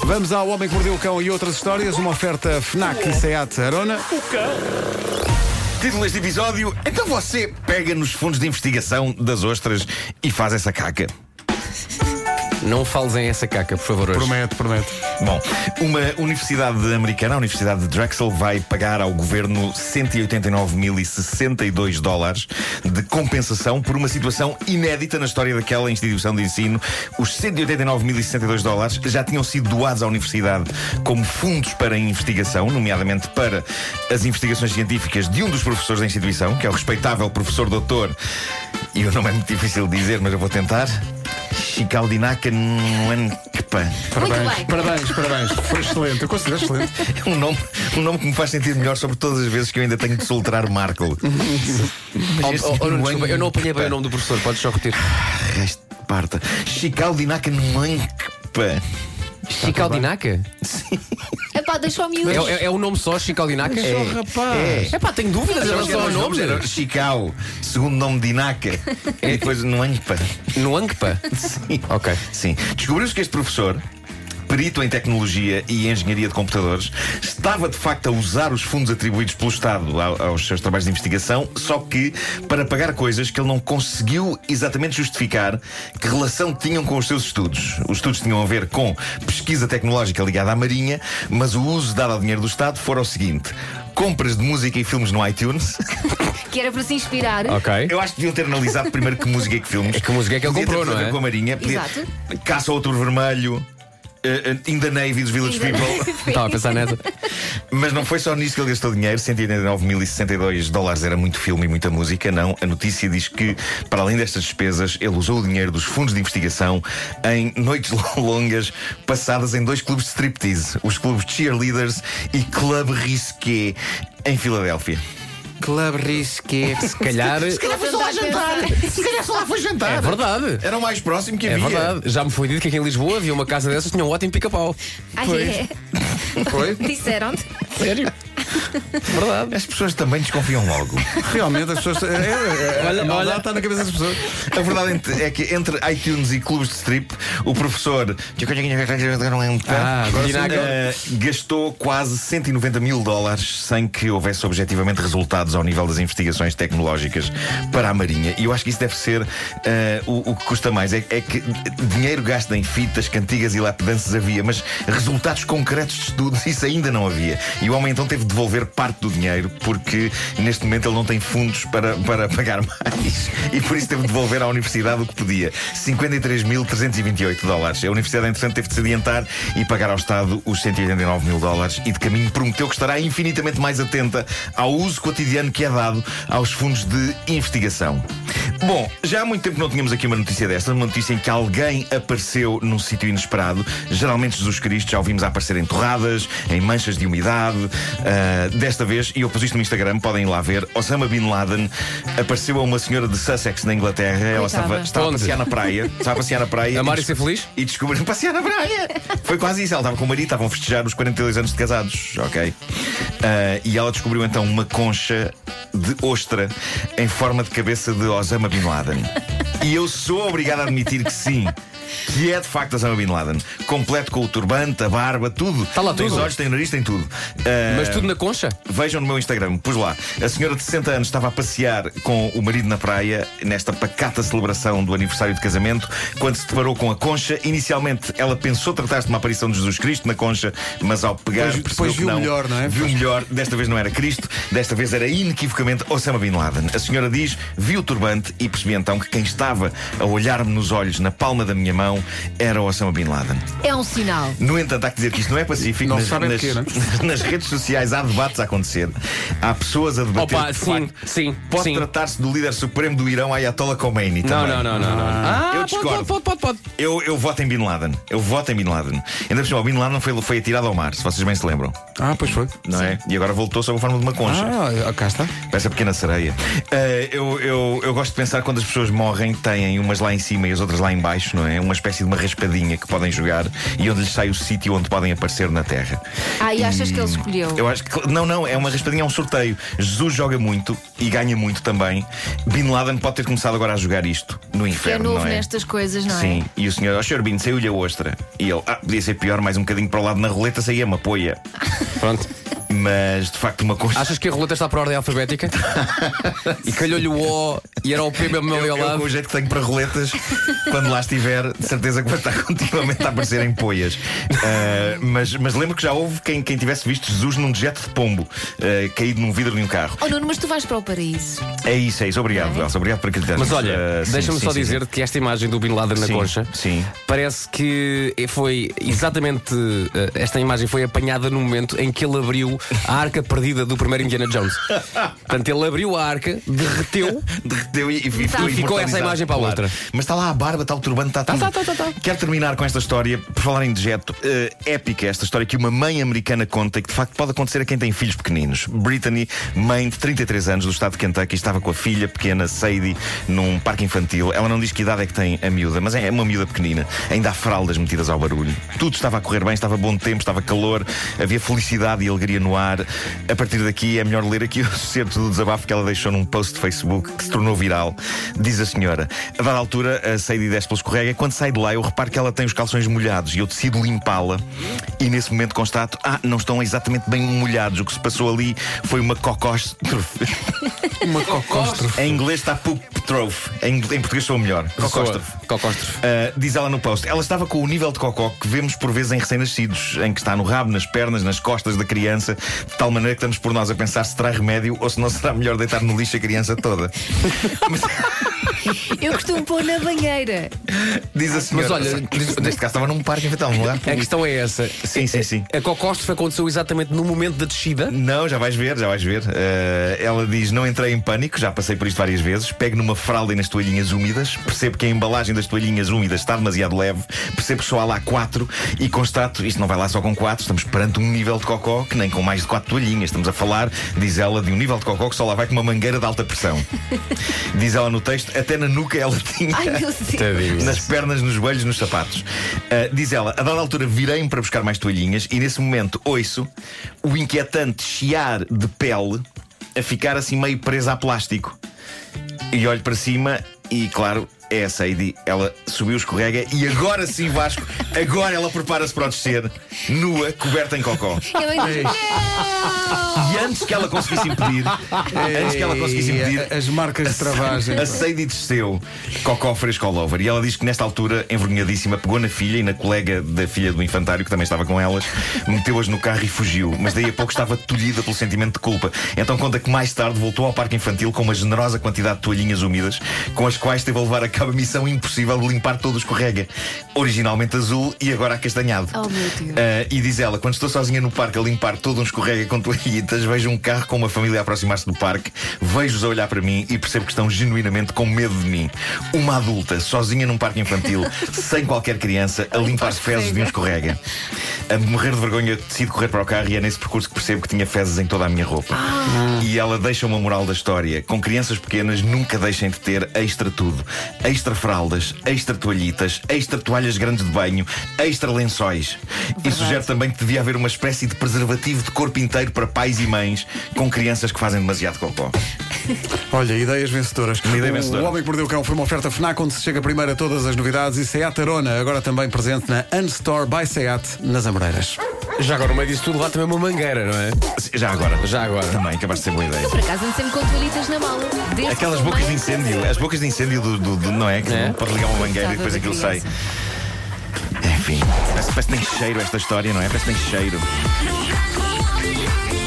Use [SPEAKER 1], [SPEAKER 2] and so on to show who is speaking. [SPEAKER 1] Vamos ao Homem que Mordeu o Cão e outras histórias, uma oferta FNAC e SEAT Arona.
[SPEAKER 2] Título deste episódio: Então você pega nos fundos de investigação das ostras e faz essa caca.
[SPEAKER 3] Não fales em essa caca, por favor, hoje.
[SPEAKER 1] Promete, promete.
[SPEAKER 2] Bom, uma universidade americana, a Universidade de Drexel, vai pagar ao governo 189.062 dólares de compensação por uma situação inédita na história daquela instituição de ensino. Os 189.062 dólares já tinham sido doados à universidade como fundos para a investigação, nomeadamente para as investigações científicas de um dos professores da instituição, que é o respeitável professor doutor, e o nome é muito difícil de dizer, mas eu vou tentar, Chicaldinaca Nwankpa.
[SPEAKER 1] Parabéns,
[SPEAKER 4] bem.
[SPEAKER 1] parabéns, parabéns. Foi excelente, eu considero excelente.
[SPEAKER 2] um nome, um nome que me faz sentir melhor sobre todas as vezes que eu ainda tenho de soltar Markle.
[SPEAKER 3] Oh,
[SPEAKER 2] Mas tipo este
[SPEAKER 1] tipo
[SPEAKER 3] oh, oh, não, desculpa, eu não apanhei bem
[SPEAKER 2] Nwankpa,
[SPEAKER 3] o nome do professor, podes só repetir.
[SPEAKER 2] resto de Parta. Chicaldinaca Nwankpa.
[SPEAKER 3] Chicaldinaca?
[SPEAKER 4] Epá, deixa o
[SPEAKER 3] É,
[SPEAKER 4] miúdo.
[SPEAKER 3] é, é um nome só, Chicaldinaca?
[SPEAKER 1] Oh, rapaz.
[SPEAKER 3] É pá, tenho dúvidas em
[SPEAKER 2] Sabes que
[SPEAKER 3] relação ao
[SPEAKER 2] eram os
[SPEAKER 3] nome.
[SPEAKER 2] nomes? Era Chical, segundo nome de Inaca, e depois Nwankpa.
[SPEAKER 3] No Ankpa?
[SPEAKER 2] Sim.
[SPEAKER 3] Ok.
[SPEAKER 2] Sim. Descobriu-se que este professor, perito em tecnologia e engenharia de computadores, estava de facto a usar os fundos atribuídos pelo Estado ao- aos seus trabalhos de investigação, só que para pagar coisas que ele não conseguiu exatamente justificar que relação tinham com os seus estudos. Os estudos tinham a ver com pesquisa tecnológica ligada à Marinha, mas o uso dado ao dinheiro do Estado fora o seguinte. Compras de música e filmes no iTunes.
[SPEAKER 4] Que era para se inspirar.
[SPEAKER 3] Ok.
[SPEAKER 2] Eu acho que deviam ter analisado primeiro que música é que filmes.
[SPEAKER 3] É que música é que ele
[SPEAKER 2] Podia ter
[SPEAKER 3] comprou,
[SPEAKER 2] tudo a
[SPEAKER 3] não
[SPEAKER 2] ver
[SPEAKER 3] é?
[SPEAKER 2] Com a Marinha. Podia...
[SPEAKER 4] Exato.
[SPEAKER 2] Caça ao Outubro Vermelho. eh, eh, in the Navy dos Village People.
[SPEAKER 3] Estava a pensar nessa.
[SPEAKER 2] Mas não foi só nisso que ele gastou dinheiro. 189.062 dólares era muito filme e muita música, não. A notícia diz que, para além destas despesas, ele usou o dinheiro dos fundos de investigação em noites longas passadas em dois clubes de striptease: os clubes Cheerleaders e Club Risqué, em Filadélfia.
[SPEAKER 3] Club Risque. Se calhar.
[SPEAKER 2] calhar foi só lá jantar! Se calhar só lá foi jantar!
[SPEAKER 3] É verdade.
[SPEAKER 2] Era o mais próximo que
[SPEAKER 3] É
[SPEAKER 2] havia.
[SPEAKER 3] verdade. Já me foi dito que aqui em Lisboa havia uma casa dessas que tinha um ótimo pica-pau.
[SPEAKER 2] Ah,
[SPEAKER 4] Ai, é.
[SPEAKER 3] Foi?
[SPEAKER 4] Disseram-te.
[SPEAKER 3] Sério? Verdade.
[SPEAKER 2] As pessoas também desconfiam logo.
[SPEAKER 1] Realmente as pessoas. É, é, é,
[SPEAKER 3] Olha,
[SPEAKER 1] a maldade
[SPEAKER 3] olha.
[SPEAKER 1] está na cabeça das pessoas.
[SPEAKER 2] A verdade ent- é que entre iTunes e clubes de strip, o professor
[SPEAKER 3] Ah, Dinaga.
[SPEAKER 2] eh, gastou quase 190 mil dólares sem que houvesse objetivamente resultados ao nível das investigações tecnológicas para a Marinha. E eu acho que isso deve ser eh, o, o que custa mais. É, é que dinheiro gasto em fitas, cantigas e lapidanças havia, mas resultados concretos de estudos, isso ainda não havia. E o homem então teve de devolver parte do dinheiro porque neste momento ele não tem fundos para, para pagar mais e por isso teve de devolver à universidade o que podia. 53.328 dólares. A universidade, entretanto, teve de se adiantar e pagar ao Estado os 189 mil dólares e de caminho prometeu que estará infinitamente mais atenta ao uso cotidiano que é dado aos fundos de investigação. Bom, já há muito tempo não tínhamos aqui uma notícia desta, uma notícia em que alguém apareceu num sítio inesperado. Geralmente Jesus Cristo já ouvimos a aparecer em torradas, em manchas de umidade. Ah, desta vez, e eu pus isto no Instagram, podem ir lá ver, Osama Bin Laden apareceu a uma senhora de Sussex na Inglaterra. Ela estava, estava a
[SPEAKER 3] Onde?
[SPEAKER 2] passear na praia. Estava a passear na praia.
[SPEAKER 3] A
[SPEAKER 2] e
[SPEAKER 3] Mário
[SPEAKER 2] descob-
[SPEAKER 3] ser feliz?
[SPEAKER 2] e descobriram passear na praia. Foi quase isso. Ela estava com o marido, estavam a festejar os 42 anos de casados, ok? Ah, e ela descobriu então uma concha de ostra em forma de cabeça de Osama Bin Laden. E eu sou obrigado a admitir que sim. Que é de facto Osama Bin Laden. Completo com o turbante, a barba, tudo.
[SPEAKER 3] Está Tá lá
[SPEAKER 2] tem os
[SPEAKER 3] tudo.
[SPEAKER 2] olhos, tem o nariz, tem tudo. Ah,
[SPEAKER 3] Mas tudo na concha?
[SPEAKER 2] Vejam no meu Instagram, pus lá. A senhora de 60 anos estava a passear com o marido na praia, nesta pacata celebração do aniversário de casamento, quando se deparou com a concha. Inicialmente ela pensou tratar-se de uma aparição de Jesus Cristo na concha, mas ao pegar.
[SPEAKER 1] Depois-
[SPEAKER 2] percebeu
[SPEAKER 1] depois
[SPEAKER 2] que
[SPEAKER 1] viu melhor, não é?
[SPEAKER 2] Viu melhor, desta vez não era Cristo, desta vez era inequivocamente Osama Bin Laden. A senhora diz, viu o turbante e percebi então que quem estava a olhar-me nos olhos, na palma da minha mão, era Osama Bin Laden.
[SPEAKER 4] É um sinal.
[SPEAKER 2] No entanto, há que dizer que isto não é pacífico.
[SPEAKER 1] Não
[SPEAKER 2] nas,
[SPEAKER 1] se sabe
[SPEAKER 2] nas,
[SPEAKER 1] porquê, não é?
[SPEAKER 2] nas redes sociais há debates a acontecer. Há pessoas a debater.
[SPEAKER 3] Opa,
[SPEAKER 2] que, de
[SPEAKER 3] sim,
[SPEAKER 2] facto,
[SPEAKER 3] sim,
[SPEAKER 2] Pode
[SPEAKER 3] sim.
[SPEAKER 2] tratar-se do líder supremo do Irão, Ayatollah Khomeini.
[SPEAKER 3] Não,
[SPEAKER 2] também.
[SPEAKER 3] não, não, não, não. Ah,
[SPEAKER 2] Eu
[SPEAKER 3] pode,
[SPEAKER 2] discordo.
[SPEAKER 3] pode, pode, pode.
[SPEAKER 2] Eu, eu voto em Bin Laden. Eu voto em Bin Laden. Ainda por cima, o Bin Laden foi, foi atirado ao mar, se vocês bem se lembram,
[SPEAKER 1] Ah, pois foi.
[SPEAKER 2] não é? E agora voltou sob a forma de uma concha.
[SPEAKER 1] Ah, cá está.
[SPEAKER 2] Parece a pequena sereia. Eh, eu, eu, eu gosto de pensar quando as pessoas morrem, têm umas lá em cima e as outras lá em baixo, não é? Umas uma espécie de uma raspadinha que podem jogar e onde lhes sai o sítio onde podem aparecer na Terra.
[SPEAKER 4] Ah, e achas que ele escolheu?
[SPEAKER 2] Eu acho que. Não, não, é uma raspadinha, é um sorteio. Jesus joga muito e ganha muito também. Bin Laden pode ter começado agora a jogar isto no
[SPEAKER 4] Que é
[SPEAKER 2] inferno.
[SPEAKER 4] novo
[SPEAKER 2] não é?
[SPEAKER 4] nestas coisas, não é?
[SPEAKER 2] Sim, e o senhor, ó senhor Bin, saiu-lhe a ostra. E ele, ah, podia ser pior, mais um bocadinho para o lado na roleta, saía uma poia.
[SPEAKER 3] Pronto.
[SPEAKER 2] Mas de facto, uma coisa.
[SPEAKER 3] Achas que a roleta está por ordem alfabética? e calhou-lhe o O e era o P mesmo ali
[SPEAKER 2] Eu,
[SPEAKER 3] ao
[SPEAKER 2] eu,
[SPEAKER 3] lado.
[SPEAKER 2] com o jeito que tenho para roletas, quando lá estiver, de certeza que vai estar continuamente a aparecer em poias. Ah, mas, mas lembro que já houve quem, quem tivesse visto Jesus num jet de pombo, ah, caído num vidro de um carro.
[SPEAKER 4] Oh, Nuno, mas tu vais para o paraíso.
[SPEAKER 2] É isso, é isso. Obrigado, Elsa. Obrigado por aquilo que
[SPEAKER 3] Mas
[SPEAKER 2] dizes.
[SPEAKER 3] olha,
[SPEAKER 2] Ah, sim,
[SPEAKER 3] deixa-me
[SPEAKER 2] sim,
[SPEAKER 3] só
[SPEAKER 2] sim,
[SPEAKER 3] dizer que esta imagem do Bin Laden na
[SPEAKER 2] Sim,
[SPEAKER 3] concha
[SPEAKER 2] sim.
[SPEAKER 3] parece que foi exatamente. eh, Esta imagem foi apanhada no momento em que ele abriu a arca perdida do primeiro Indiana Jones. Portanto, ele abriu a arca, derreteu.
[SPEAKER 2] Derreteu e, e, ficou
[SPEAKER 4] ficou
[SPEAKER 2] imortalizado,
[SPEAKER 3] Tá, essa imagem para a
[SPEAKER 2] claro.
[SPEAKER 3] outra.
[SPEAKER 2] Mas está lá a barba, está o turbante, está tudo.
[SPEAKER 3] tá, tá, tá, tá.
[SPEAKER 2] Quero terminar com esta história, por falar em dejeto, eh, épica esta história que uma mãe americana conta e que de facto pode acontecer a quem tem filhos pequeninos. Brittany, mãe de 33 anos do estado de Kentucky, estava com a filha pequena, Sadie, num parque infantil. Ela não diz que idade é que tem a miúda, mas é uma miúda pequenina. Ainda há fraldas metidas ao barulho. Tudo estava a correr bem, estava bom tempo, estava calor, havia felicidade e alegria no ar. A partir daqui é melhor ler aqui o certo do desabafo que ela deixou num post de Facebook que se tornou viral. Diz a senhora: A dada altura, a Sadie desce pela escorrega. Quando sai de lá, eu reparo que ela tem os calções molhados e eu decido limpá-la. E nesse momento constato: Ah, não estão exatamente bem molhados. O que se passou ali foi uma cocóstrofe.
[SPEAKER 1] Uma cocóstrofe.
[SPEAKER 2] em inglês está poop-trofe. Em, em português sou melhor. Cocóstrofe.
[SPEAKER 3] Cocóstrofe.
[SPEAKER 2] Uh, diz ela no post, ela estava com o nível de cocó que vemos por vezes em recém-nascidos, em que está no rabo, nas pernas, nas costas da criança, de tal maneira que estamos por nós a pensar se terá remédio ou se não será melhor deitar no lixo a criança toda. Mas,
[SPEAKER 4] Eu costumo pôr na banheira.
[SPEAKER 2] diz a senhora,
[SPEAKER 3] olha, diz-
[SPEAKER 2] neste caso estava num parque infantil, num lugar
[SPEAKER 3] A
[SPEAKER 2] público.
[SPEAKER 3] questão é essa.
[SPEAKER 2] Sim, sim, sim.
[SPEAKER 3] A cocóstrofe aconteceu exatamente no momento da descida.
[SPEAKER 2] Não, já vais ver, já vais ver. Eh, ela diz: Não entrei em pânico, já passei por isto várias vezes. Pego numa fralda e nas toalhinhas úmidas, percebo que a embalagem das toalhinhas úmidas está demasiado leve, percebo que só há lá quatro e constato: isto não vai lá só com quatro, estamos perante um nível de cocó que nem com mais de quatro toalhinhas. Estamos a falar, diz ela, de um nível de cocó que só lá vai com uma mangueira de alta pressão. diz ela no texto: Até na nuca ela tinha.
[SPEAKER 4] Ai, meu Deus.
[SPEAKER 2] Nas pernas, nos joelhos, nos sapatos. Ah, diz ela, a dada altura virei-me para buscar mais toalhinhas e nesse momento ouço o inquietante chiar de pele a ficar assim meio presa a plástico. E olho para cima e, claro, é a Sadie. Ela subiu, escorrega e agora sim, Vasco, agora ela prepara-se para o descer, nua, coberta em cocó.
[SPEAKER 4] E a mãe diz, não!
[SPEAKER 2] E antes que ela conseguisse impedir,
[SPEAKER 3] É,
[SPEAKER 2] antes que ela conseguisse impedir,
[SPEAKER 1] As marcas de travagem.
[SPEAKER 2] a Sadie desceu Cocó fresco all over E ela diz que nesta altura, envergonhadíssima Pegou na filha e na colega da filha do infantário Que também estava com elas Meteu-as no carro e fugiu Mas daí a pouco estava tolhida pelo sentimento de culpa Então conta que mais tarde voltou ao parque infantil Com uma generosa quantidade de toalhinhas úmidas Com as quais teve a levar a cabo a missão impossível De limpar todo o escorrega Originalmente azul e agora acastanhado
[SPEAKER 4] Oh, meu Deus.
[SPEAKER 2] Uh, e diz ela: Quando estou sozinha no parque a limpar todo um escorrega com toalhitas, vejo um carro com uma família a aproximar-se do parque, vejo-os a olhar para mim e percebo que estão genuinamente com medo de mim. Uma adulta, sozinha num parque infantil, sem qualquer criança, a limpar as fezes de um escorrega. A morrer de vergonha, decido correr para o carro e é nesse percurso que percebo que tinha fezes em toda a minha roupa. E ela deixa uma moral da história: com crianças pequenas, nunca deixem de ter extra tudo: extra fraldas, extra toalhitas, extra toalhas grandes de banho, extra lençóis. E sugere também que devia haver uma espécie de preservativo de corpo inteiro para pais e mães com crianças que fazem demasiado cocó.
[SPEAKER 1] Olha, ideias vencedoras.
[SPEAKER 2] Uma ideia vencedora.
[SPEAKER 1] O Homem que Mordeu o Cão foi uma oferta FNAC onde se chega primeiro a todas as novidades e Seat Arona, agora também presente na Unstore by Seat, nas Amoreiras.
[SPEAKER 3] Já agora, no meio disso tudo, lá também uma mangueira, não é?
[SPEAKER 2] Já agora.
[SPEAKER 3] Já agora.
[SPEAKER 2] Também, acabaste de ser boa ideia.
[SPEAKER 4] Por acaso ando sempre com toalhitas na mala. Desde que
[SPEAKER 2] Aquelas
[SPEAKER 4] sou
[SPEAKER 2] bocas de
[SPEAKER 4] mãe.
[SPEAKER 2] incêndio, as bocas de incêndio do, do- do- não é? Que
[SPEAKER 3] É.
[SPEAKER 2] pode ligar uma mangueira e depois aquilo
[SPEAKER 4] Coitada da
[SPEAKER 2] sai. Enfim, parece, parece que tem cheiro esta história, não é? Parece que tem cheiro.
[SPEAKER 5] Nunca comi